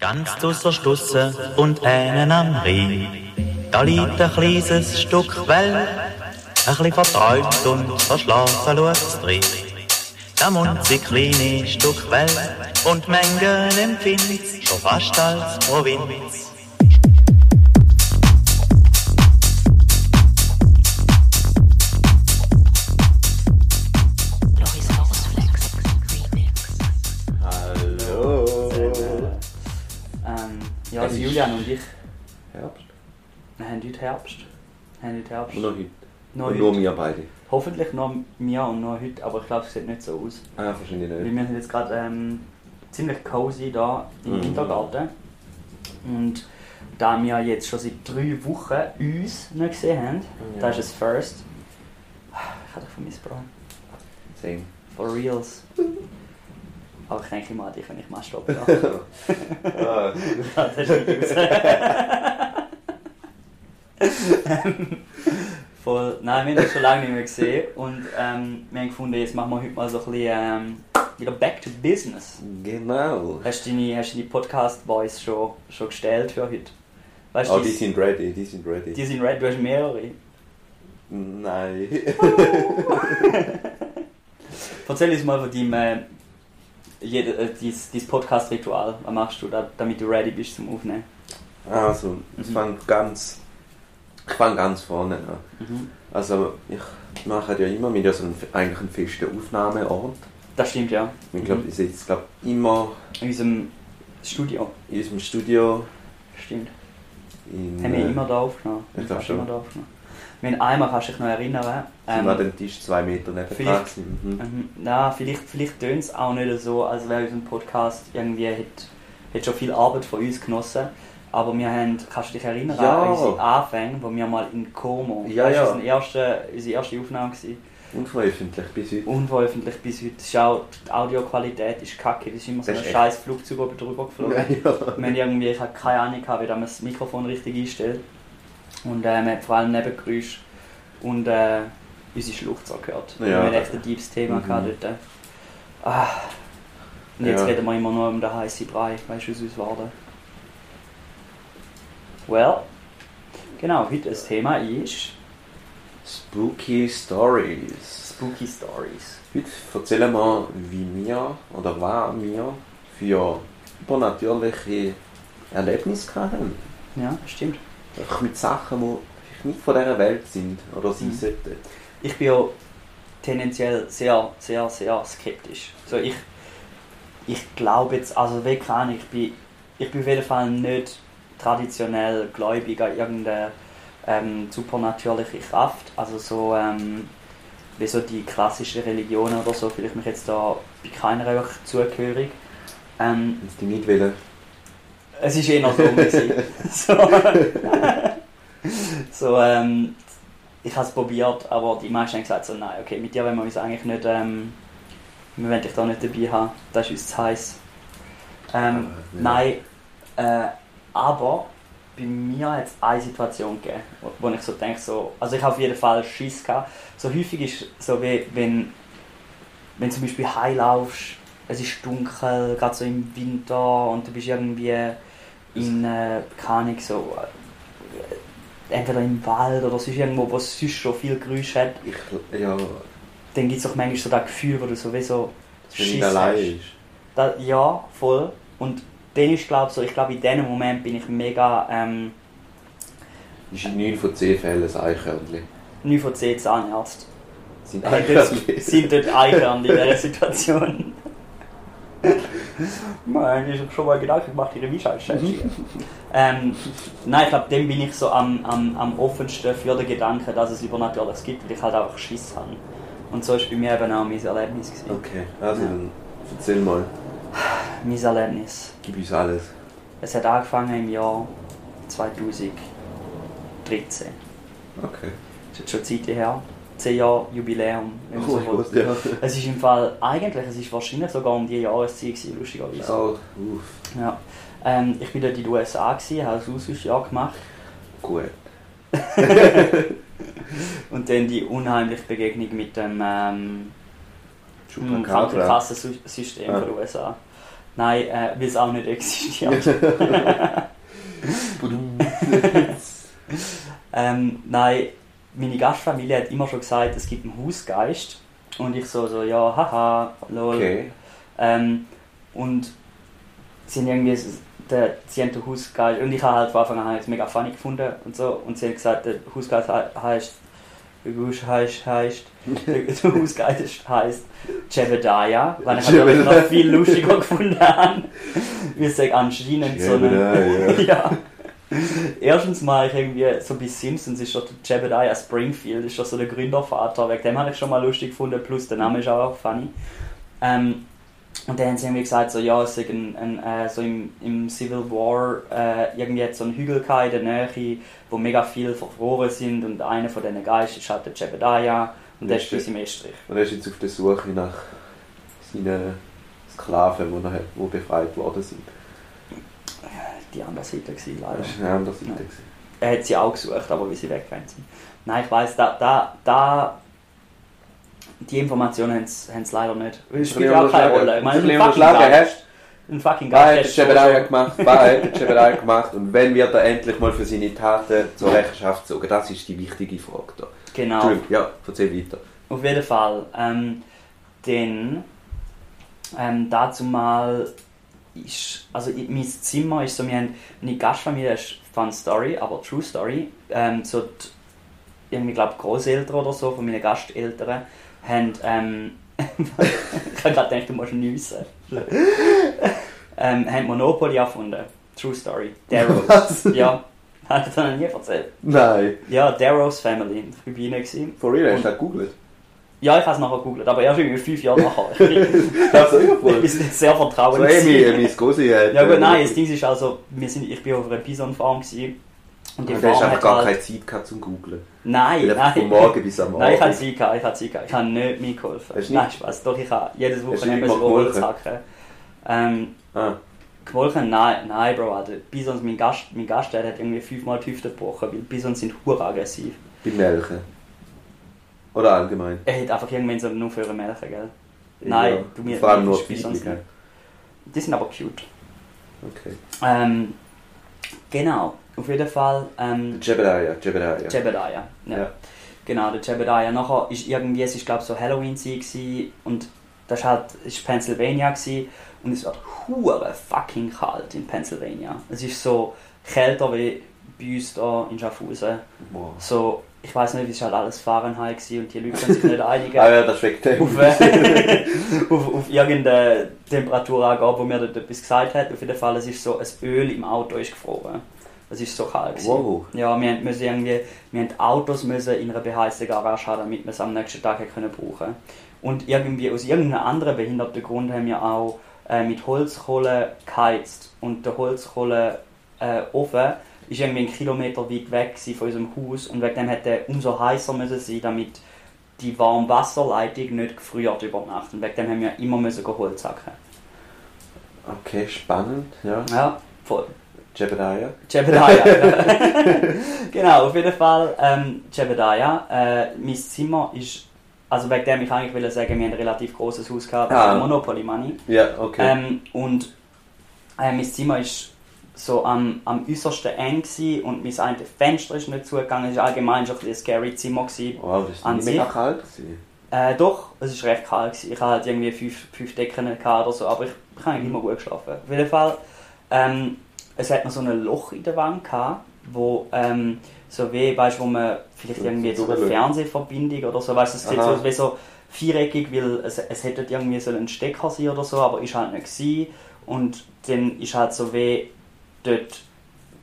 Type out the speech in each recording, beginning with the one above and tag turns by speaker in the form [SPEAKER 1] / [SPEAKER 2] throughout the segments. [SPEAKER 1] Ganz zur Schlusse und einen am Rhein. Da liegt ein kleines Stück Welt, ein bisschen verträumt und verschlafen schaut's drin. Da munzig kleine Stück Welt und Mengen empfind's schon fast als Provinz.
[SPEAKER 2] Loris Horstflex Remix.
[SPEAKER 3] Hallo.
[SPEAKER 4] Ähm,
[SPEAKER 3] Es
[SPEAKER 4] ja, der
[SPEAKER 3] ist-
[SPEAKER 4] Julian und ich
[SPEAKER 3] Herbst.
[SPEAKER 4] wir haben heute Herbst. Wir haben heute Herbst.
[SPEAKER 3] Und noch heute.
[SPEAKER 4] Noch
[SPEAKER 3] und
[SPEAKER 4] heute.
[SPEAKER 3] nur wir beide.
[SPEAKER 4] Hoffentlich noch mir und noch heute, aber ich glaube, es sieht nicht so aus.
[SPEAKER 3] Ah, wahrscheinlich
[SPEAKER 4] Weil
[SPEAKER 3] nicht.
[SPEAKER 4] wir sind jetzt gerade ähm, ziemlich cozy da im
[SPEAKER 3] Mhm.
[SPEAKER 4] Wintergarten. Und da wir jetzt schon seit drei Wochen uns nicht gesehen haben,
[SPEAKER 3] Ja.
[SPEAKER 4] das ist das First. Ah, Ich habe dich vermisst, Bro.
[SPEAKER 3] Same.
[SPEAKER 4] For reals. Aber ich denke immer an dich, wenn ich mal stoppe.
[SPEAKER 3] Ah.
[SPEAKER 4] Ja, das ist raus. Voll. Nein, wir haben uns schon lange nicht mehr gesehen und ähm, wir haben gefunden, jetzt machen wir heute mal so ein bisschen ähm, wieder back to business.
[SPEAKER 3] genau.
[SPEAKER 4] Hast du deine, hast du deine Podcast-Boys schon, schon gestellt für heute? Weißt
[SPEAKER 3] Oh,
[SPEAKER 4] du,
[SPEAKER 3] die sind ready, die sind ready.
[SPEAKER 4] die sind red, du hast mehrere.
[SPEAKER 3] Nein.
[SPEAKER 4] Erzähl uns mal von deinem äh, jede- äh, dies, dies Podcast-Ritual. Was machst du, da, damit du ready bist zum Aufnehmen?
[SPEAKER 3] Also, ich
[SPEAKER 4] Mhm.
[SPEAKER 3] fange ganz, ich fang ganz vorne an.
[SPEAKER 4] Mhm.
[SPEAKER 3] Also, ich mache ja immer mit ja so einem, eigentlich einen festen Aufnahmeort.
[SPEAKER 4] Das stimmt, ja.
[SPEAKER 3] Ich glaube,
[SPEAKER 4] Mhm.
[SPEAKER 3] ich sitze glaub, immer
[SPEAKER 4] In unserem Studio.
[SPEAKER 3] in unserem Studio.
[SPEAKER 4] Stimmt.
[SPEAKER 3] In,
[SPEAKER 4] Haben wir
[SPEAKER 3] äh,
[SPEAKER 4] immer da aufgenommen?
[SPEAKER 3] Ich glaub
[SPEAKER 4] Hast du
[SPEAKER 3] schon.
[SPEAKER 4] Immer da aufgenommen. Wenn einmal kannst du dich noch erinnern.
[SPEAKER 3] sind an
[SPEAKER 4] Ähm,
[SPEAKER 3] dem Tisch zwei Meter neben
[SPEAKER 4] vielleicht-
[SPEAKER 3] Mhm.
[SPEAKER 4] ähm, na, vielleicht vielleicht tönt es auch nicht so, als wäre unser Podcast irgendwie hätte, hätte schon viel Arbeit von uns genossen. Aber wir haben, kannst du dich erinnern,
[SPEAKER 3] Ja.
[SPEAKER 4] an unsere Anfänge, wo wir mal in Como,
[SPEAKER 3] Ja,
[SPEAKER 4] das
[SPEAKER 3] ja.
[SPEAKER 4] war unsere erste, unsere erste Aufnahme, gewesen.
[SPEAKER 3] Unveröffentlicht bis heute.
[SPEAKER 4] unveröffentlicht bis heute. Das ist auch, die Audioqualität ist kacke, das ist immer so
[SPEAKER 3] Das ist
[SPEAKER 4] ein
[SPEAKER 3] echt-
[SPEAKER 4] scheiß Flugzeug oben drüber geflogen.
[SPEAKER 3] ja.
[SPEAKER 4] Wir haben irgendwie, ich habe keine Ahnung, gehabt, wie man das Mikrofon richtig einstellt. Und äh, man hat vor allem Nebengeräusche und äh, unsere Schluchzer gehört.
[SPEAKER 3] Ja.
[SPEAKER 4] Wir haben echt ein deepes Thema
[SPEAKER 3] Mhm.
[SPEAKER 4] gehabt dort. Ah. Und jetzt
[SPEAKER 3] Ja.
[SPEAKER 4] reden wir immer nur um den heißen Brei, weißt du, was uns warten. Well, genau, heute das Thema ist
[SPEAKER 3] Spooky Stories.
[SPEAKER 4] Spooky Stories.
[SPEAKER 3] Heute erzählen wir, wie wir oder was wir für übernatürliche Erlebnisse hatten.
[SPEAKER 4] Ja, stimmt.
[SPEAKER 3] Einfach mit Sachen, die vielleicht nicht von dieser Welt sind oder sein
[SPEAKER 4] Mhm.
[SPEAKER 3] sollten.
[SPEAKER 4] ich bin ja tendenziell sehr, sehr, sehr skeptisch. So, ich, ich glaube jetzt, also wie kann ich, ich bin, ich bin auf jeden Fall nicht traditionell gläubig an irgendeine ähm, supernatürliche Kraft. Also so, ähm, wie so die klassischen Religionen oder so, fühle ich mich jetzt da bei keiner wirklich zugehörig. Ähm,
[SPEAKER 3] Wenn sie nicht wollen.
[SPEAKER 4] es ist eh noch dumm. gewesen. so, so ähm, ich habe es probiert, aber die meisten haben gesagt, so, nein, okay, mit dir wollen wir uns eigentlich nicht, ähm, wir wollen dich da nicht dabei haben, das ist uns zu heiß. Ähm,
[SPEAKER 3] Ja.
[SPEAKER 4] Nein, äh, aber bei mir hat es eine Situation gegeben, wo, wo ich so denke, so, also ich habe auf jeden Fall Schiss gehabt. So häufig ist so, wie wenn, wenn zum Beispiel heimlaufst, es ist dunkel, gerade so im Winter und du bist irgendwie in, äh, keine Ahnung, so, äh, entweder im Wald oder sonst irgendwo, wo es sonst schon viel Geräusch hat,
[SPEAKER 3] Ich, ja,
[SPEAKER 4] dann gibt es auch manchmal so das Gefühl, wo du so wie so
[SPEAKER 3] dass man nicht allein
[SPEAKER 4] hast.
[SPEAKER 3] ist.
[SPEAKER 4] Da, ja, voll. Und dann ist, glaube so, ich glaube, in diesem Moment bin ich mega ähm,
[SPEAKER 3] Das ist in 9 von 10 Fällen ein Eichhörnchen.
[SPEAKER 4] 9 von 10 Zahnarzt.
[SPEAKER 3] Das Sind
[SPEAKER 4] Hey, das sind dort Eichhörnchen in dieser Situation. Mann, ich habe schon mal gedacht, ich mache ihre Wissenschaftsschätzung. Mhm. ähm, nein, ich glaube, dem bin ich so am, am, am offensten für den Gedanken, dass es Übernatürliches gibt, weil ich halt einfach Schiss habe. Und so ist bei mir eben auch mein Erlebnis. Gewesen.
[SPEAKER 3] Okay, also
[SPEAKER 4] Ja.
[SPEAKER 3] dann erzähl mal.
[SPEAKER 4] Mein Erlebnis.
[SPEAKER 3] Gib uns alles.
[SPEAKER 4] Es hat angefangen im Jahr 2013.
[SPEAKER 3] Okay.
[SPEAKER 4] Das ist schon Zeit her. 10 Jahre Jubiläum. wenn man
[SPEAKER 3] Oh,
[SPEAKER 4] so will.
[SPEAKER 3] ich ja.
[SPEAKER 4] Es ist im Fall, eigentlich, es ist wahrscheinlich sogar um die Jahreszeit gewesen, lustigerweise.
[SPEAKER 3] Oh, uff.
[SPEAKER 4] Ja. Ähm, ich bin dort in den USA, gewesen, habe ein Auslandsjahr gemacht
[SPEAKER 3] Gut.
[SPEAKER 4] Hm, und dann die unheimliche Begegnung mit dem ähm,
[SPEAKER 3] Chupacabra.
[SPEAKER 4] Krankenkassensystem
[SPEAKER 3] Ah.
[SPEAKER 4] der USA. Nein, äh, weil es auch nicht existiert.
[SPEAKER 3] Budum.
[SPEAKER 4] Ähm, nein, meine Gastfamilie hat immer schon gesagt, es gibt einen Hausgeist. Und ich so, so ja, haha, lol.
[SPEAKER 3] okay.
[SPEAKER 4] Ähm, und sie haben irgendwie, s- der, sie haben den Hausgeist, und ich habe halt von Anfang an es mega funny gefunden und so, und sie haben gesagt, der Hausgeist he- heisst, der Gusch heisst, heisst, der der Hausgeist heisst Jebediah, weil ich habe
[SPEAKER 3] Jebediah.
[SPEAKER 4] noch viel lustiger gefunden habe, weil es anscheinend so
[SPEAKER 3] Jebediah,
[SPEAKER 4] ein...
[SPEAKER 3] ja.
[SPEAKER 4] ja. Erstens mal, ich irgendwie, so bei Simpsons ist doch der Jebediah Springfield, ist doch so der Gründervater, wegen dem habe ich schon mal lustig gefunden, plus der Name ist auch funny. Ähm, und dann haben sie irgendwie gesagt, so, ja, es sei ein, ein, äh, so im, im Civil War äh, irgendwie hat so ein Hügel gehabt in der Nähe, wo mega viele verfroren sind und einer von diesen Geistern ist halt der Jebediah und der ist
[SPEAKER 3] Richtig.
[SPEAKER 4] bis im Estrich.
[SPEAKER 3] Und er ist jetzt auf der Suche nach seinen Sklaven, die, er hat, die befreit worden sind.
[SPEAKER 4] Die andere Seite gewesen, leider.
[SPEAKER 3] Das war eine andere Seite. gewesen.
[SPEAKER 4] Er hat sie auch gesucht, aber wie sie weggegangen sind. Nein, ich weiss, da, da, da, die Informationen haben sie, haben sie leider nicht. Es spielt ja auch keine Rolle.
[SPEAKER 3] Wenn du
[SPEAKER 4] Ich meine,
[SPEAKER 3] ein
[SPEAKER 4] ein
[SPEAKER 3] Unterschlagen
[SPEAKER 4] fucking Geist,
[SPEAKER 3] hast,
[SPEAKER 4] ein fucking
[SPEAKER 3] was hat der
[SPEAKER 4] Geist. hat
[SPEAKER 3] Jebediah
[SPEAKER 4] schon-
[SPEAKER 3] gemacht? Was hat der Jebediah gemacht? Und wenn wird er endlich mal für seine Taten zur Rechenschaft gezogen? Das ist die wichtige Frage da.
[SPEAKER 4] Genau.
[SPEAKER 3] Entschuldigung, ja, erzähl weiter.
[SPEAKER 4] Auf jeden Fall. Ähm, denn ähm, dazu mal ist, also ich, mein Zimmer ist so, wir haben, meine Gastfamilie ist Fun Story, aber True Story. Ähm, so die, irgendwie, glaube Großeltern oder so von meinen Gasteltern haben, ähm, ich habe gerade gedacht, du musst nüssen. ähm, haben Monopoly erfunden. True Story. Darrow.
[SPEAKER 3] Was?
[SPEAKER 4] ja, hat das noch nie erzählt.
[SPEAKER 3] Nein.
[SPEAKER 4] Ja, Darrow's Family. Ich war bei ihnen. gewesen.
[SPEAKER 3] For real, hast
[SPEAKER 4] Und-
[SPEAKER 3] du das gegoogelt?
[SPEAKER 4] Ja, ich habe es nachher gegoogelt, aber erst irgendwie fünf Jahre nachher. Ich
[SPEAKER 3] Das ist ja voll.
[SPEAKER 4] bin sehr vertrauend.
[SPEAKER 3] So, Amy,
[SPEAKER 4] gewesen.
[SPEAKER 3] äh, mein Cosi hat...
[SPEAKER 4] ja
[SPEAKER 3] äh,
[SPEAKER 4] gut, nein, das Ding ist also, wir sind, ich bin auf einer Bison-Farm gewesen. Und die
[SPEAKER 3] Und du hast einfach
[SPEAKER 4] Farm hat
[SPEAKER 3] gar
[SPEAKER 4] halt...
[SPEAKER 3] keine Zeit gehabt zum Googlen.
[SPEAKER 4] Nein,
[SPEAKER 3] Weil einfach
[SPEAKER 4] nein.
[SPEAKER 3] Von morgen bis am Abend.
[SPEAKER 4] Nein, ich hatte sie gehabt, ich hatte sie gehabt. Ich habe nicht mitgeholfen.
[SPEAKER 3] Hast du nicht?
[SPEAKER 4] Nein, Spaß. Doch, ich habe jedes
[SPEAKER 3] nicht
[SPEAKER 4] Wochenende
[SPEAKER 3] mal
[SPEAKER 4] so Holz
[SPEAKER 3] geholfen?
[SPEAKER 4] hacken. Ähm,
[SPEAKER 3] Ah,
[SPEAKER 4] Gemolken? Nein, nein, Bro, Alter. Bisons, mein Gast, mein Gast, der hat irgendwie fünfmal die Hüfte gebrochen, weil Bisons sind hure aggressiv.
[SPEAKER 3] beim Melken. Oder allgemein.
[SPEAKER 4] Er hat einfach irgendwann so nur für ihre Melken, gell? Nein,
[SPEAKER 3] Ja.
[SPEAKER 4] du mir-
[SPEAKER 3] Vor allem
[SPEAKER 4] mir
[SPEAKER 3] nur
[SPEAKER 4] bist Bisons
[SPEAKER 3] Bienen.
[SPEAKER 4] Die sind aber cute.
[SPEAKER 3] Okay.
[SPEAKER 4] Ähm, genau, auf jeden Fall ähm,
[SPEAKER 3] Jebediah, Jebediah.
[SPEAKER 4] Jebediah. Ja.
[SPEAKER 3] Ja.
[SPEAKER 4] Genau, der Jebediah. Nachher ist irgendwie, es ist glaube so Halloween gewesen und das war halt ist Pennsylvania gewesen, und es war hure fucking kalt in Pennsylvania. Es ist so kälter wie bei uns hier in Schaffhausen.
[SPEAKER 3] Boah.
[SPEAKER 4] So, ich weiß nicht, es ist halt alles Fahrenheit gewesen, und die Leute können sich nicht einigen
[SPEAKER 3] Ah ja, das schmeckt der.
[SPEAKER 4] auf, äh, auf, auf irgendeine Temperatur angegeben, wo mir dort etwas gesagt hat. Auf jeden Fall, es ist so, ein Öl im Auto ist gefroren. Es ist so kalt. gewesen.
[SPEAKER 3] Wow.
[SPEAKER 4] Ja, wir haben, müssen irgendwie, wir haben die Autos müssen in einer beheizten Garage haben, damit wir es am nächsten Tag können brauchen Und irgendwie aus irgendeinem anderen behinderten Grund haben wir auch äh, mit Holzkohle geheizt. Und der Holzkohleofen äh, Ofen ist irgendwie einen Kilometer weit weg gewesen von unserem Haus. Und wegen dem hätte er umso heißer müssen sein, damit die Warmwasserleitung nicht gefriert über Nacht. Und wegen dem haben wir immer müssen Holz hacken.
[SPEAKER 3] Okay, spannend, ja.
[SPEAKER 4] Ja, voll.
[SPEAKER 3] Jebediah.
[SPEAKER 4] Jebediah. genau, auf jeden Fall ähm, Jebediah. Äh, mein Zimmer ist, also wegen dem ich eigentlich will sagen, wir haben ein relativ großes Haus gehabt,
[SPEAKER 3] Ah.
[SPEAKER 4] ah. Monopoly Money.
[SPEAKER 3] Ja, okay.
[SPEAKER 4] Ähm, und äh, mein Zimmer ist so am, am äußersten eng gewesen und mein eine Fenster ist nicht zugegangen. Es war allgemein schon ein bisschen ein scary Zimmer. Gewesen.
[SPEAKER 3] wow, das ist
[SPEAKER 4] an
[SPEAKER 3] nicht mega
[SPEAKER 4] sich-
[SPEAKER 3] kalt gewesen.
[SPEAKER 4] Äh, doch, es war recht kalt. Gewesen. Ich hatte halt irgendwie fünf, fünf Decken gehabt oder so, aber ich, ich habe eigentlich immer gut geschlafen. Auf jeden Fall, ähm, es hat noch so ein Loch in der Wand gehabt, wo, ähm, so wie, weißt, wo man vielleicht
[SPEAKER 3] So
[SPEAKER 4] irgendwie so eine
[SPEAKER 3] durchschaut.
[SPEAKER 4] Fernsehverbindung oder so, weißt, es sieht so
[SPEAKER 3] Aha.
[SPEAKER 4] aus wie so viereckig, weil es, es hätte irgendwie so ein Stecker sein oder so, aber ist halt nicht gewesen. Und dann ist halt so wie, dort,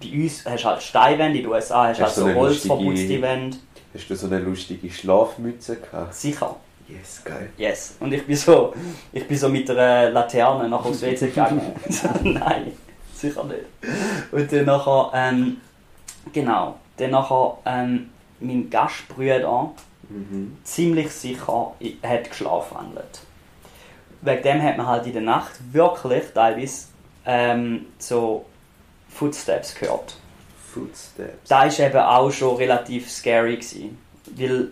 [SPEAKER 4] bei uns hast du halt Steinwände, in den USA hast du halt
[SPEAKER 3] Hast du
[SPEAKER 4] so,
[SPEAKER 3] eine lustige-
[SPEAKER 4] holzverputzte Wände.
[SPEAKER 3] Hast du so eine lustige Schlafmütze gehabt?
[SPEAKER 4] Sicher.
[SPEAKER 3] Yes, geil.
[SPEAKER 4] Yes. Und ich bin so, ich bin so mit einer Laterne nach aufs WC gegangen. So, Nein, sicher nicht. Und dann nachher, ähm, genau, dann nachher, ähm, mein Gastbruder
[SPEAKER 3] Mhm.
[SPEAKER 4] ziemlich sicher i- hat geschlafwandelt. Wegen dem hat man halt in der Nacht wirklich teilweise ähm, so Footsteps gehört.
[SPEAKER 3] Footsteps.
[SPEAKER 4] Da ist eben auch schon relativ scary gewesen. Weil,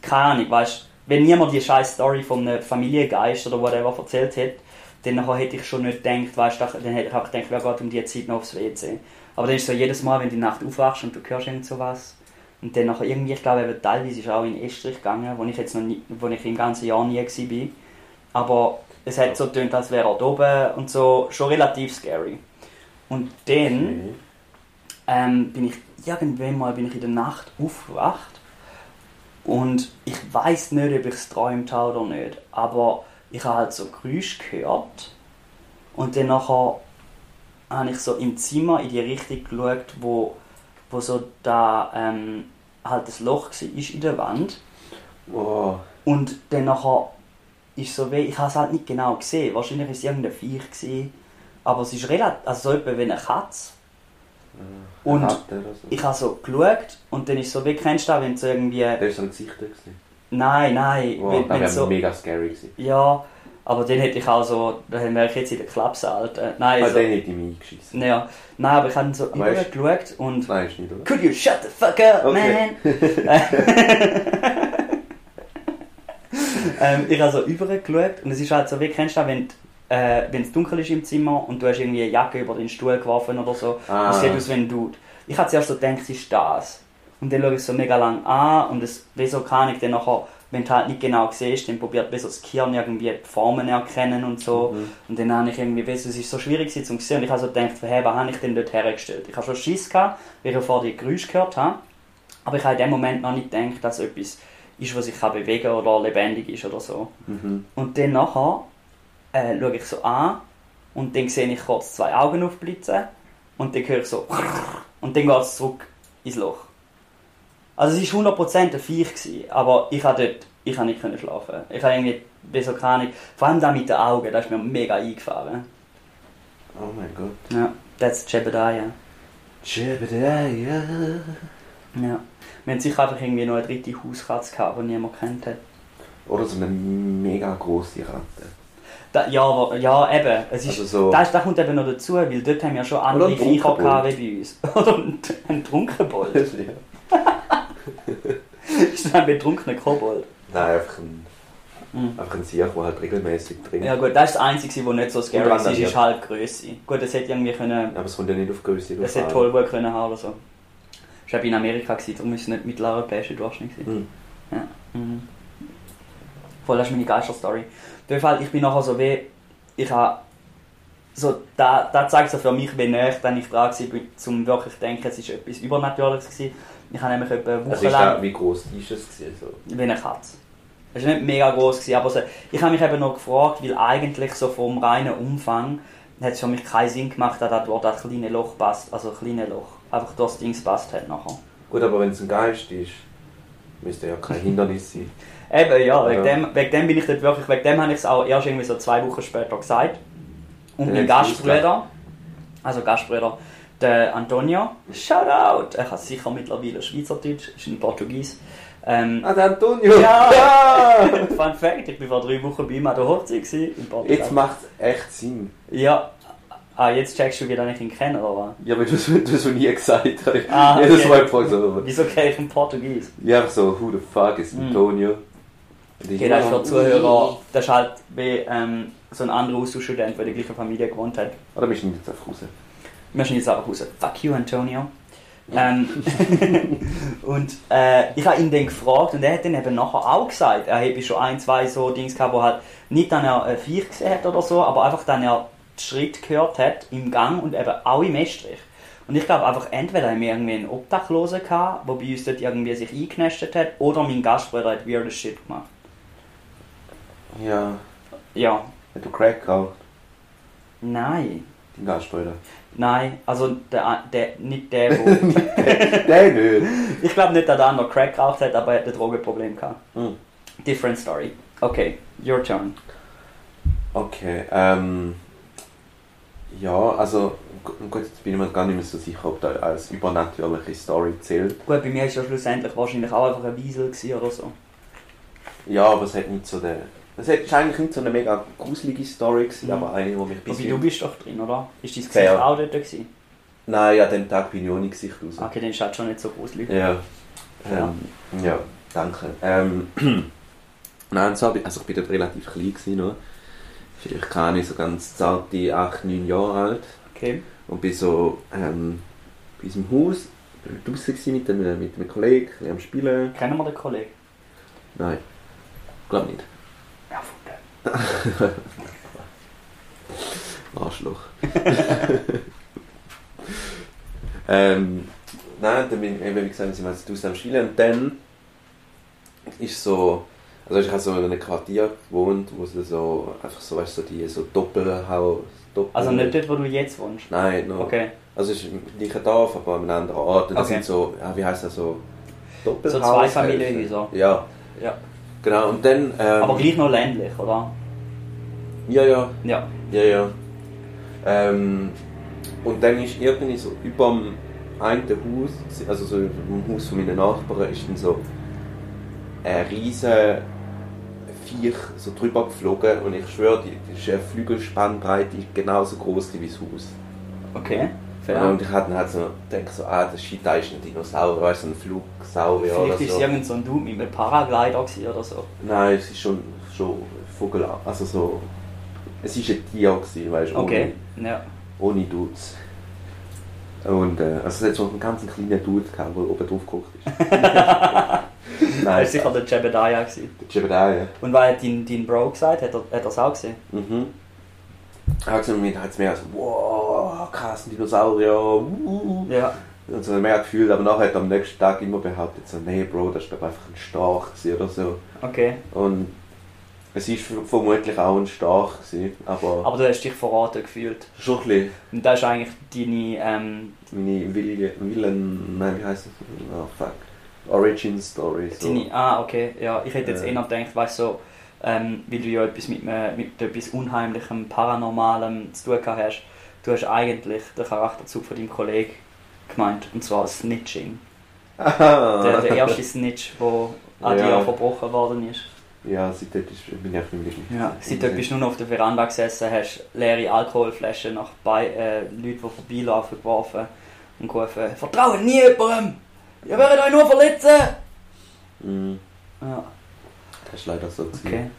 [SPEAKER 4] keine Ahnung, weißt wenn niemand die scheiß Story von einem Familiengeist oder whatever erzählt hätte, dann nachher hätte ich schon nicht gedacht, weißt, du, dann hätte ich einfach gedacht, wer geht um die Zeit noch aufs WC. Aber dann ist so jedes Mal, wenn du in der Nacht aufwachst und du hörst irgend sowas. Und dann nachher irgendwie, ich glaube, eben teilweise ist auch in Estrich gegangen, wo ich jetzt noch nie, wo ich im ganzen Jahr nie war. Aber es hat so getönt, als wäre er da oben und so, schon relativ scary. Und dann
[SPEAKER 3] Okay.
[SPEAKER 4] ähm, bin ich irgendwann mal bin ich in der Nacht aufgewacht und ich weiß nicht, ob ich es geträumt habe oder nicht, aber ich habe halt so Geräusche gehört und dann nachher habe ich so im Zimmer in die Richtung geschaut, wo, wo so da ähm, halt das Loch war in der Wand
[SPEAKER 3] Oh,
[SPEAKER 4] und dann nachher ist so wie, ich habe es halt nicht genau gesehen, wahrscheinlich war es irgendein Viech, gewesen, aber es ist relativ, also so etwa wie eine Katze und
[SPEAKER 3] Ratte oder so.
[SPEAKER 4] ich habe so geschaut und dann ist so, wie kennst du das, wenn du so irgendwie.
[SPEAKER 3] Der ist am Gesicht gewesen.
[SPEAKER 4] Nein, nein.
[SPEAKER 3] Wow,
[SPEAKER 4] wenn,
[SPEAKER 3] das
[SPEAKER 4] wenn
[SPEAKER 3] wäre
[SPEAKER 4] so,
[SPEAKER 3] mega scary gewesen.
[SPEAKER 4] ja, aber dann hätte ich auch so. Dann wäre ich jetzt in der Klapse alt. Äh, nein,
[SPEAKER 3] Also,
[SPEAKER 4] so,
[SPEAKER 3] den hätte ich mich eingeschissen.
[SPEAKER 4] ja, nein, aber ich habe so
[SPEAKER 3] Weißt-
[SPEAKER 4] übergeschaut und.
[SPEAKER 3] Nein, ist nicht, oder?
[SPEAKER 4] Could you shut the fuck up,
[SPEAKER 3] Okay.
[SPEAKER 4] man? ähm, ich habe so übergeschaut und es ist halt so, wie kennst du das, wenn du, äh, wenn es dunkel ist im Zimmer und du hast irgendwie eine Jacke über den Stuhl geworfen oder so.
[SPEAKER 3] Ah.
[SPEAKER 4] Und es sieht aus wie ein Dude. Ich habe zuerst so gedacht, es ist das. Und dann schaue ich so mega lang an und es, wieso kann ich dann nachher, wenn du halt nicht genau siehst, dann probiert wieso das Gehirn irgendwie die Formen erkennen und so.
[SPEAKER 3] Mhm.
[SPEAKER 4] Und dann habe ich irgendwie, wieso, es ist so schwierig gewesen, um zu sehen. Und ich habe so gedacht, hey, was habe ich denn dort hergestellt? Ich habe schon Schiss gehabt, weil ich vorher die Geräusche gehört habe. Aber ich habe in dem Moment noch nicht gedacht, dass es etwas ist, was sich kann bewegen kann oder lebendig ist oder so.
[SPEAKER 3] Mhm.
[SPEAKER 4] Und dann nachher äh, schaue ich so an und dann sehe ich kurz zwei Augen aufblitzen und dann höre ich so und dann geht es zurück ins Loch. Also es war 100% ein Viech, gewesen, aber ich konnte dort ich konnte nicht können schlafen. Ich habe irgendwie, wieso keine Ahnung, vor allem da mit den Augen, das ist mir mega eingefahren.
[SPEAKER 3] Oh mein Gott.
[SPEAKER 4] Ja, das ist Jebediah.
[SPEAKER 3] Jebediah.
[SPEAKER 4] Ja. Wir haben sicher einfach irgendwie noch eine dritte Hauskatze gehabt, die niemand kennt hat.
[SPEAKER 3] Oder so eine mega grosse Ratte.
[SPEAKER 4] Da, ja, aber- ja, eben. Es ist,
[SPEAKER 3] Also so-
[SPEAKER 4] das, das kommt eben noch dazu, weil dort haben wir schon andere
[SPEAKER 3] ein
[SPEAKER 4] Viecher
[SPEAKER 3] Trunkenbold.
[SPEAKER 4] gehabt wie bei uns. Oder ein, ein Trunkenbold.
[SPEAKER 3] ja.
[SPEAKER 4] ist das ein betrunkener Kobold?
[SPEAKER 3] Nein, einfach ein,
[SPEAKER 4] Mhm.
[SPEAKER 3] einfach ein Sieg, der halt regelmäßig trinkt.
[SPEAKER 4] Ja gut, das ist das Einzige, was nicht so scary
[SPEAKER 3] Und
[SPEAKER 4] ist,
[SPEAKER 3] randaliert.
[SPEAKER 4] ist halt die Grösse. Gut, es hätte irgendwie können...
[SPEAKER 3] Aber es kommt ja nicht auf Größe
[SPEAKER 4] Es hätte Tollwut können haben oder so. Ich war in Amerika, gewesen, darum ist es nicht mitteleuropäischer Durchschnitt. gewesen.
[SPEAKER 3] Mhm.
[SPEAKER 4] Ja. Mhm. Voll, das ist meine Geisterstory. Auf jeden Fall, ich bin nachher so wie... Ich habe... So, da, da zeigt so für mich, wie näher dann ich dran war, um wirklich zu denken, es war etwas Übernatürliches. Gewesen. Ich habe nämlich etwa eine
[SPEAKER 3] Also
[SPEAKER 4] Woche
[SPEAKER 3] ist
[SPEAKER 4] lang...
[SPEAKER 3] da, wie groß ist es gewesen? So.
[SPEAKER 4] wie eine Katze. Es war nicht mega groß, gewesen, aber so, ich habe mich eben noch gefragt, weil eigentlich so vom reinen Umfang hat es für mich keinen Sinn gemacht, dass das dort das kleine Loch passt, also kleine Loch, einfach durchs Ding gepasst hat halt nachher.
[SPEAKER 3] Gut, aber wenn es ein Geist ist, müsste ja kein Hindernis sein.
[SPEAKER 4] Eben, ja,
[SPEAKER 3] Ja.
[SPEAKER 4] wegen, Dem, wegen dem bin ich dort wirklich, wegen dem habe ich es auch erst irgendwie so zwei Wochen später gesagt. Und
[SPEAKER 3] Dann
[SPEAKER 4] mein
[SPEAKER 3] hat's ausgelacht.
[SPEAKER 4] Gastbruder, also Gastbruder, der Antonio, shout out! Er kann sicher mittlerweile Schweizerdeutsch, ist ein Portugies. Ähm,
[SPEAKER 3] Ah, der Antonio!
[SPEAKER 4] Ja.
[SPEAKER 3] ja!
[SPEAKER 4] Fun Fact, ich war vor drei Wochen bei ihm an der Hochzeit gewesen, in Portugal.
[SPEAKER 3] Jetzt macht es echt Sinn.
[SPEAKER 4] Ja. Ah, jetzt checkst du, wie lange ich ihn kenne, oder was?
[SPEAKER 3] Ja, weil du es du noch nie gesagt hast.
[SPEAKER 4] Ah, okay.
[SPEAKER 3] Jedes Mal gefragt so.
[SPEAKER 4] Wieso kenne ich ihn Portugies?
[SPEAKER 3] Ja, einfach so, who the fuck is
[SPEAKER 4] Mhm.
[SPEAKER 3] Antonio? Und ich-
[SPEAKER 4] Okay, das ist für Zuhörer, Genau. das ist halt wie ähm, so ein anderer Austauschstudent, der in der gleichen Familie gewohnt hat.
[SPEAKER 3] Oder wir schneiden jetzt einfach raus.
[SPEAKER 4] Wir sind jetzt einfach raus. Fuck you, Antonio. Ähm, und äh, ich habe ihn dann gefragt und er hat dann eben nachher auch gesagt, er hätte schon ein, zwei so Dings gehabt, wo halt nicht, dass er ein Viech gesehen hat oder so, aber einfach, dass er die Schritte gehört hat im Gang und eben auch im Estrich. Und ich glaube einfach, entweder haben wir irgendwie einen Obdachlosen gehabt, der bei uns dort irgendwie sich eingenestet hat, oder mein Gastbruder hat weirdes Shit gemacht.
[SPEAKER 3] Ja.
[SPEAKER 4] Ja.
[SPEAKER 3] Hat du Crack geraucht?
[SPEAKER 4] Nein.
[SPEAKER 3] Dein Gastbruder?
[SPEAKER 4] Nein. Also, der, der, nicht der, wo...
[SPEAKER 3] Nein, nicht.
[SPEAKER 4] Ich glaube nicht, dass der andere Crack geraucht hat, aber er hat ein Drogenproblem gehabt.
[SPEAKER 3] Hm.
[SPEAKER 4] Different story. Okay, your turn.
[SPEAKER 3] Okay, ähm. Ja, also, gu- gut, jetzt bin ich mir gar nicht mehr so sicher, ob das als übernatürliche Story zählt.
[SPEAKER 4] Gut, bei mir ist ja schlussendlich wahrscheinlich auch einfach ein Wiesel gewesen oder so.
[SPEAKER 3] Ja, aber es hat nicht so der. Es hat- ist eigentlich nicht so eine mega gruselige Story gewesen,
[SPEAKER 4] Mhm.
[SPEAKER 3] aber eine, die mich bis
[SPEAKER 4] Wobei du bist doch drin, oder? Ist dein Gesicht
[SPEAKER 3] Fair.
[SPEAKER 4] auch dort gewesen?
[SPEAKER 3] Nein, an dem Tag bin ich ohne Gesicht raus.
[SPEAKER 4] Okay, dann ist halt schon nicht so gruselig.
[SPEAKER 3] Ja. Ähm, ja, danke. Ähm, Nein, und so, bin- also ich war dort relativ klein. Gewesen, noch. vielleicht keine Ahnung, so ganz zarte 8, 9 Jahre alt.
[SPEAKER 4] Okay.
[SPEAKER 3] Und bin so ähm, bei unserem Haus, bin draußen gewesen mit einem, mit einem Kollegen, ein bisschen am Spielen.
[SPEAKER 4] Kennen wir den Kollegen?
[SPEAKER 3] Nein, glaube nicht.
[SPEAKER 4] Ja, von dem.
[SPEAKER 3] Arschloch. ähm, nein, dann bin ich, eben, wie gesagt, wir sind jetzt draußen am Spielen und dann ist so, also ich habe so in einem Quartier gewohnt, wo es so, einfach so, weißt du, so die so Doppelhaus, Doppel
[SPEAKER 4] Also nicht dort, wo du jetzt wohnst.
[SPEAKER 3] Nein, noch.
[SPEAKER 4] Okay.
[SPEAKER 3] Also es ist im gleichen Dorf, aber an einem anderen Ort. Und das
[SPEAKER 4] Okay.
[SPEAKER 3] sind so, ja, wie heisst das so? Doppelhaus?
[SPEAKER 4] Zweifamilienhäuser.
[SPEAKER 3] Ja,
[SPEAKER 4] Ja.
[SPEAKER 3] genau. Und dann... Ähm,
[SPEAKER 4] Aber gleich noch ländlich, oder?
[SPEAKER 3] Ja, ja,
[SPEAKER 4] Ja.
[SPEAKER 3] ja, ja. Ähm, und dann ist irgendwie so über dem einen Haus, also so über dem Haus von meinen Nachbarn, ist dann so ein riesen Viech so drüber geflogen und ich schwöre, die die ist eine Flügelspannbreite genauso groß wie das Haus.
[SPEAKER 4] Okay.
[SPEAKER 3] Ja. Und ich hatte halt so gedacht, so, ah, das Shit, da ist ein Dinosaurier, weißt du, ein Flugsaurier oder
[SPEAKER 4] Vielleicht ist es
[SPEAKER 3] so.
[SPEAKER 4] irgend so ein Dude mit einem Paraglider gewesen oder so.
[SPEAKER 3] Nein, es ist schon, schon Vogel, also so, es ist ein Tier gewesen, weißt du,
[SPEAKER 4] Okay. Ja.
[SPEAKER 3] ohne, ohne Dudes. Und, äh, also es hat so einen ganz kleinen Dude gehabt, der oben drauf geguckt ist.
[SPEAKER 4] Er war
[SPEAKER 3] Nein,
[SPEAKER 4] sicher der Jebediah. Gewesen.
[SPEAKER 3] der Jebediah.
[SPEAKER 4] Und weil hat dein, dein Bro gesagt hat, er, hat er es auch gesehen?
[SPEAKER 3] Mhm. Also mit hat es mehr so, wow, krass, ein Dinosaurier, uh.
[SPEAKER 4] Ja.
[SPEAKER 3] Und so mehr gefühlt, aber nachher hat er am nächsten Tag immer behauptet, so, nee, Bro, das ist glaub ich, einfach ein Stach gewesen oder so.
[SPEAKER 4] Okay.
[SPEAKER 3] Und es war vermutlich auch ein Stach, gewesen, aber,
[SPEAKER 4] Aber du hast dich verraten gefühlt.
[SPEAKER 3] schon ein bisschen
[SPEAKER 4] Und das ist eigentlich deine, ähm,
[SPEAKER 3] meine Wille, Willen, nein, wie heißt das? Oh, fuck. Origin Story. So.
[SPEAKER 4] deine... Ah, okay. Ja, ich hätte jetzt
[SPEAKER 3] Ja.
[SPEAKER 4] eher gedacht, weißt du, so, ähm, weil du ja etwas mit, einem- mit etwas Unheimlichem, Paranormalem zu tun gehabt hast, du hast eigentlich den Charakterzug von deinem Kollegen gemeint. Und zwar das Snitching.
[SPEAKER 3] Aha.
[SPEAKER 4] Der, der erste Snitch, der an
[SPEAKER 3] Ja.
[SPEAKER 4] dir verbrochen worden ist.
[SPEAKER 3] Ja, seitdem ist, bin ich einfach nicht mehr
[SPEAKER 4] Ja, seitdem bist du nur noch auf der Veranda gesessen, hast leere Alkoholflaschen nach bei, äh, Leuten, die vorbeilaufen, geworfen und gerufen: Vertrauen nie jemandem! Ihr werdet euch nur verletzen!
[SPEAKER 3] Mhm.
[SPEAKER 4] Ja,
[SPEAKER 3] Das ist leider so gewesen.
[SPEAKER 4] okay.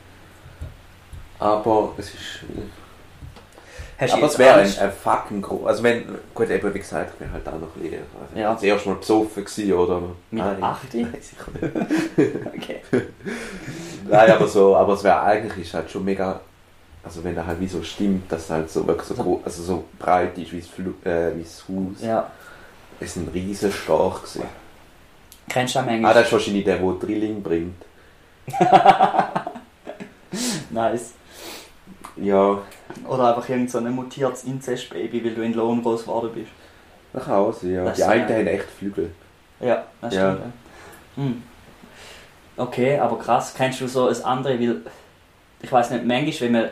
[SPEAKER 3] Aber es ist.
[SPEAKER 4] Hast du
[SPEAKER 3] Aber
[SPEAKER 4] jetzt
[SPEAKER 3] es wäre ein,
[SPEAKER 4] Angst?
[SPEAKER 3] ein fucking groß. Also wenn. Gut, eben wie gesagt, ich bin halt auch noch ein bisschen. Also
[SPEAKER 4] Ja.
[SPEAKER 3] ja. Das erste Mal besoffen gewesen, oder?
[SPEAKER 4] Mit
[SPEAKER 3] Nein.
[SPEAKER 4] 8?
[SPEAKER 3] Weiß ich nicht.
[SPEAKER 4] Okay.
[SPEAKER 3] Nein, aber so, aber es wäre eigentlich ist halt schon mega. Also wenn da halt wie so stimmt, dass halt so wirklich so, gro- also so breit ist wie das, Flu äh, wie das Haus.
[SPEAKER 4] Ja.
[SPEAKER 3] Es ist ein riesen Storch gewesen.
[SPEAKER 4] Kennst du das manchmal?
[SPEAKER 3] Ah, das ist wahrscheinlich der, der Drilling bringt.
[SPEAKER 4] Ah, nice.
[SPEAKER 3] Ja,
[SPEAKER 4] Oder einfach irgend so ein mutiertes Inzestbaby, weil du in Lohn groß geworden bist.
[SPEAKER 3] nach Hause, ja.
[SPEAKER 4] Das
[SPEAKER 3] die einen
[SPEAKER 4] ist-
[SPEAKER 3] haben echt Flügel.
[SPEAKER 4] Ja, das
[SPEAKER 3] Ja.
[SPEAKER 4] stimmt. Ja. Hm. Okay, aber krass. Kennst du so ein andere, weil ich weiß nicht, manchmal, wenn man.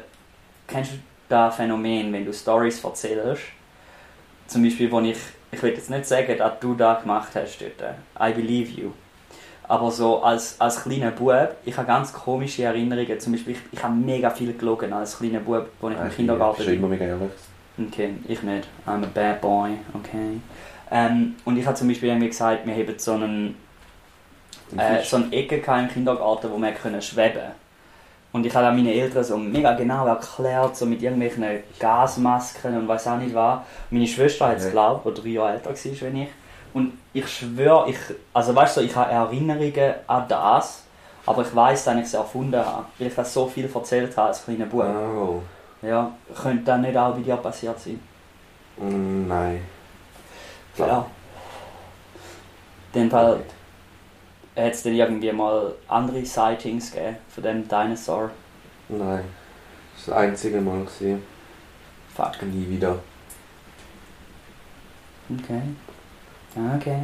[SPEAKER 4] Kennst du das Phänomen, wenn du Stories erzählst? Zum Beispiel, wo ich. Ich will jetzt nicht sagen, dass du das gemacht hast dort. äh, I believe you. Aber so als, als kleiner Bub, ich habe ganz komische Erinnerungen. Zum Beispiel, ich, ich habe mega viel gelogen als kleiner Bub, als ich im Kindergarten
[SPEAKER 3] Ah, bin schon immer mega ehrlich.
[SPEAKER 4] Okay, ich nicht. I'm a bad boy, okay. Ähm, und ich habe zum Beispiel irgendwie gesagt, wir haben so einen, äh, so eine Ecke gehabt im Kindergarten, wo wir können schweben Und ich habe auch meine Eltern so mega genau erklärt, so mit irgendwelchen Gasmasken und weiß auch nicht was. Meine Schwester hat es
[SPEAKER 3] Ja.
[SPEAKER 4] geglaubt, die drei Jahre älter war als ich. Und ich schwöre, ich, also weißt du, ich habe Erinnerungen an das, aber ich weiß, dass ich es erfunden habe, weil ich das so viel erzählt habe als kleiner Bub.
[SPEAKER 3] Wow.
[SPEAKER 4] Ja, könnte das nicht auch bei dir passiert sein?
[SPEAKER 3] Mm, nein.
[SPEAKER 4] Ja. Auf jeden Fall hat es dann irgendwie mal andere Sightings gegeben von dem Dinosaur.
[SPEAKER 3] Nein. Das war das einzige Mal gesehen.
[SPEAKER 4] Fuck.
[SPEAKER 3] Nie wieder.
[SPEAKER 4] Okay. Okay.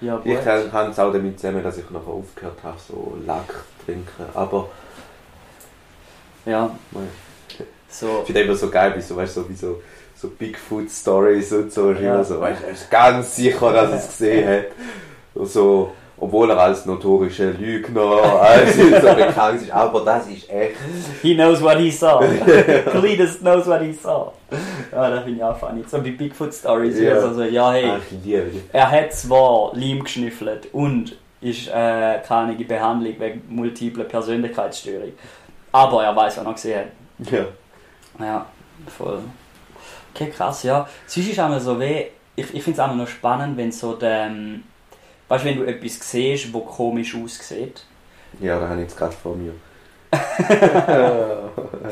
[SPEAKER 4] Ja, gut.
[SPEAKER 3] Ich kann es auch damit zusammen, dass ich nachher aufgehört habe, so Lack zu trinken. Aber
[SPEAKER 4] Ja,
[SPEAKER 3] nein.
[SPEAKER 4] so.
[SPEAKER 3] ich finde immer so geil, wie so, weißt, du, so, wie so, so Bigfoot-Stories und so. Ist immer so, weißt, du, er ist ganz sicher, dass er es gesehen hat. Und so, obwohl er als notorischer Lügner als so bekannt ist. Aber das ist echt.
[SPEAKER 4] He knows what he saw. Cletus knows what he saw. Ja, das finde ich auch funny. So wie Bigfoot Stories.
[SPEAKER 3] Ja. Ah.
[SPEAKER 4] Yeah. Also, ja, hey.
[SPEAKER 3] Ach, ich liebe dich.
[SPEAKER 4] Er hat zwar Leim geschnüffelt und ist äh, keine Behandlung wegen multipler Persönlichkeitsstörung. Aber er weiß, was er gesehen hat.
[SPEAKER 3] Ja.
[SPEAKER 4] Ja, voll. Okay, krass, ja. Sonst ist einmal so weh, ich, ich finde es einmal noch spannend, wenn so der, ähm, weißt du, wenn du etwas siehst, wo komisch aussieht.
[SPEAKER 3] Ja, da habe ich jetzt gerade vor mir.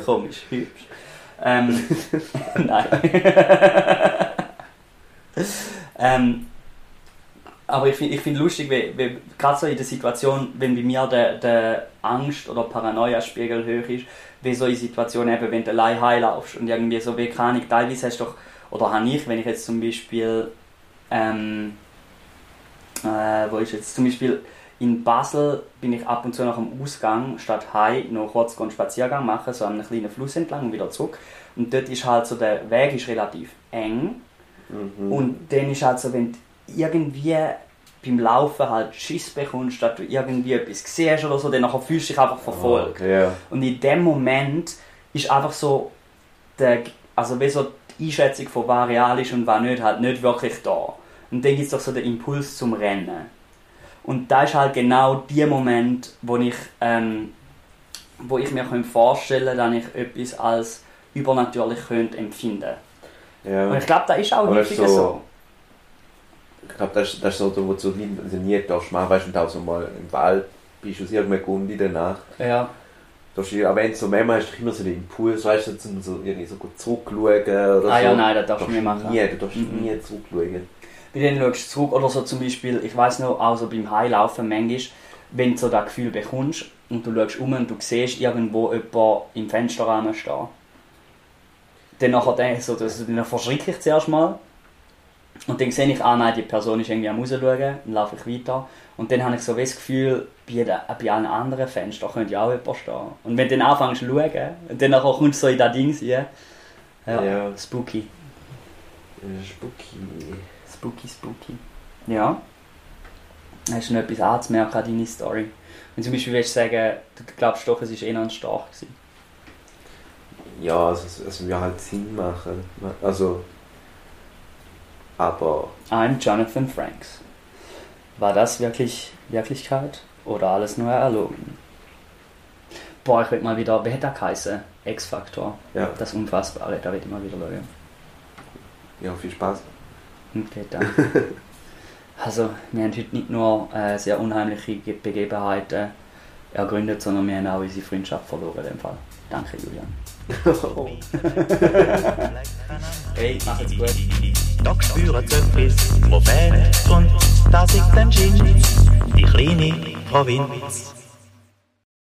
[SPEAKER 4] Komisch, Halt hübsch. Ähm, nein. ähm, aber ich finde ich find lustig, wie, wie, gerade so in der Situation, wenn bei mir der, der Angst- oder Paranoia-Spiegel hoch ist, wie so in Situationen eben, wenn du allein heimlaufst und irgendwie so, wie keine Ahnung, teilweise hast du doch, oder habe ich, wenn ich jetzt zum Beispiel, ähm, äh, wo ist jetzt, zum Beispiel in Basel bin ich ab und zu nach dem Ausgang statt Hai noch kurz einen Spaziergang machen, so an einem kleinen Fluss entlang und wieder zurück. Und dort ist halt so, der Weg ist relativ eng.
[SPEAKER 3] Mhm.
[SPEAKER 4] Und dann ist halt so, wenn du irgendwie beim Laufen halt Schiss bekommst, dass du irgendwie etwas siehst oder so, dann nachher fühlst du dich einfach verfolgt.
[SPEAKER 3] Oh, Ja.
[SPEAKER 4] Und in dem Moment ist einfach so, der, also wie so die Einschätzung von was real ist und was nicht, halt nicht wirklich da. Und dann gibt es doch so den Impuls zum Rennen. Und da ist halt genau der Moment, wo ich, ähm, wo ich mir könnte vorstellen könnte, dass ich etwas als übernatürlich könnte empfinden Und
[SPEAKER 3] ja.
[SPEAKER 4] ich glaube, das ist auch
[SPEAKER 3] Aber das ist
[SPEAKER 4] häufiger
[SPEAKER 3] so-
[SPEAKER 4] so.
[SPEAKER 3] Ich glaube, das, ist- das ist so, da, wo du nie, also nie darfst machen, weißt du, wenn du auch so mal im Wald bist, aus irgendeinem Grund in der Nacht.
[SPEAKER 4] Ja.
[SPEAKER 3] Da ist, aber wenn du so manchmal hast, du immer so den Impuls, weißt du, zum so irgendwie so gut zurückschauen oder
[SPEAKER 4] Ah
[SPEAKER 3] so.
[SPEAKER 4] ja, nein, das darfst
[SPEAKER 3] darfst
[SPEAKER 4] du nicht machen.
[SPEAKER 3] Nie, du darfst
[SPEAKER 4] Mhm.
[SPEAKER 3] nie zurückschauen.
[SPEAKER 4] Bei denen schaust du zurück oder so zum Beispiel, ich weiß noch, auch so beim Highlaufen manchmal, wenn du so das Gefühl bekommst und du schaust um und du siehst irgendwo jemanden im Fensterrahmen stehen. Dann nachher denke ich so, dass, dann verschrecke ich zuerst mal. Und dann sehe ich, ah nein, die Person ist irgendwie am rausschauen, dann laufe ich weiter. Und dann habe ich so wie das Gefühl, bei, jeder, bei allen anderen Fenstern könnte ja auch jemand stehen. Und wenn du dann anfängst zu schauen, und dann nachher kommst du so in das Ding rein. Ja,
[SPEAKER 3] Ja.
[SPEAKER 4] spooky.
[SPEAKER 3] Äh, Spooky.
[SPEAKER 4] Spooky, spooky. Ja. Hast du noch etwas anzumerken an deine Story? Wenn zum Beispiel willst du sagen, du glaubst doch, es war eh noch ein Stach. Gewesen.
[SPEAKER 3] Ja, also, es, es würde halt Sinn machen. Also. Aber.
[SPEAKER 4] I'm Jonathan Franks. War das wirklich Wirklichkeit oder alles nur erlogen? Boah, ich will mal wieder, wie hat das geheißen? X-Faktor.
[SPEAKER 3] Ja,
[SPEAKER 4] Das Unfassbare, da will ich mal wieder schauen.
[SPEAKER 3] ja viel Spaß.
[SPEAKER 4] Okay, danke. Also, wir haben heute nicht nur äh, sehr unheimliche Ge- Begebenheiten ergründet, sondern wir haben auch unsere Freundschaft verloren in dem Fall. Danke, Julian. Hey, macht's gut.
[SPEAKER 1] Da spüren sie etwas, wo fehlt und das ist dann Gin, die kleine Provinz.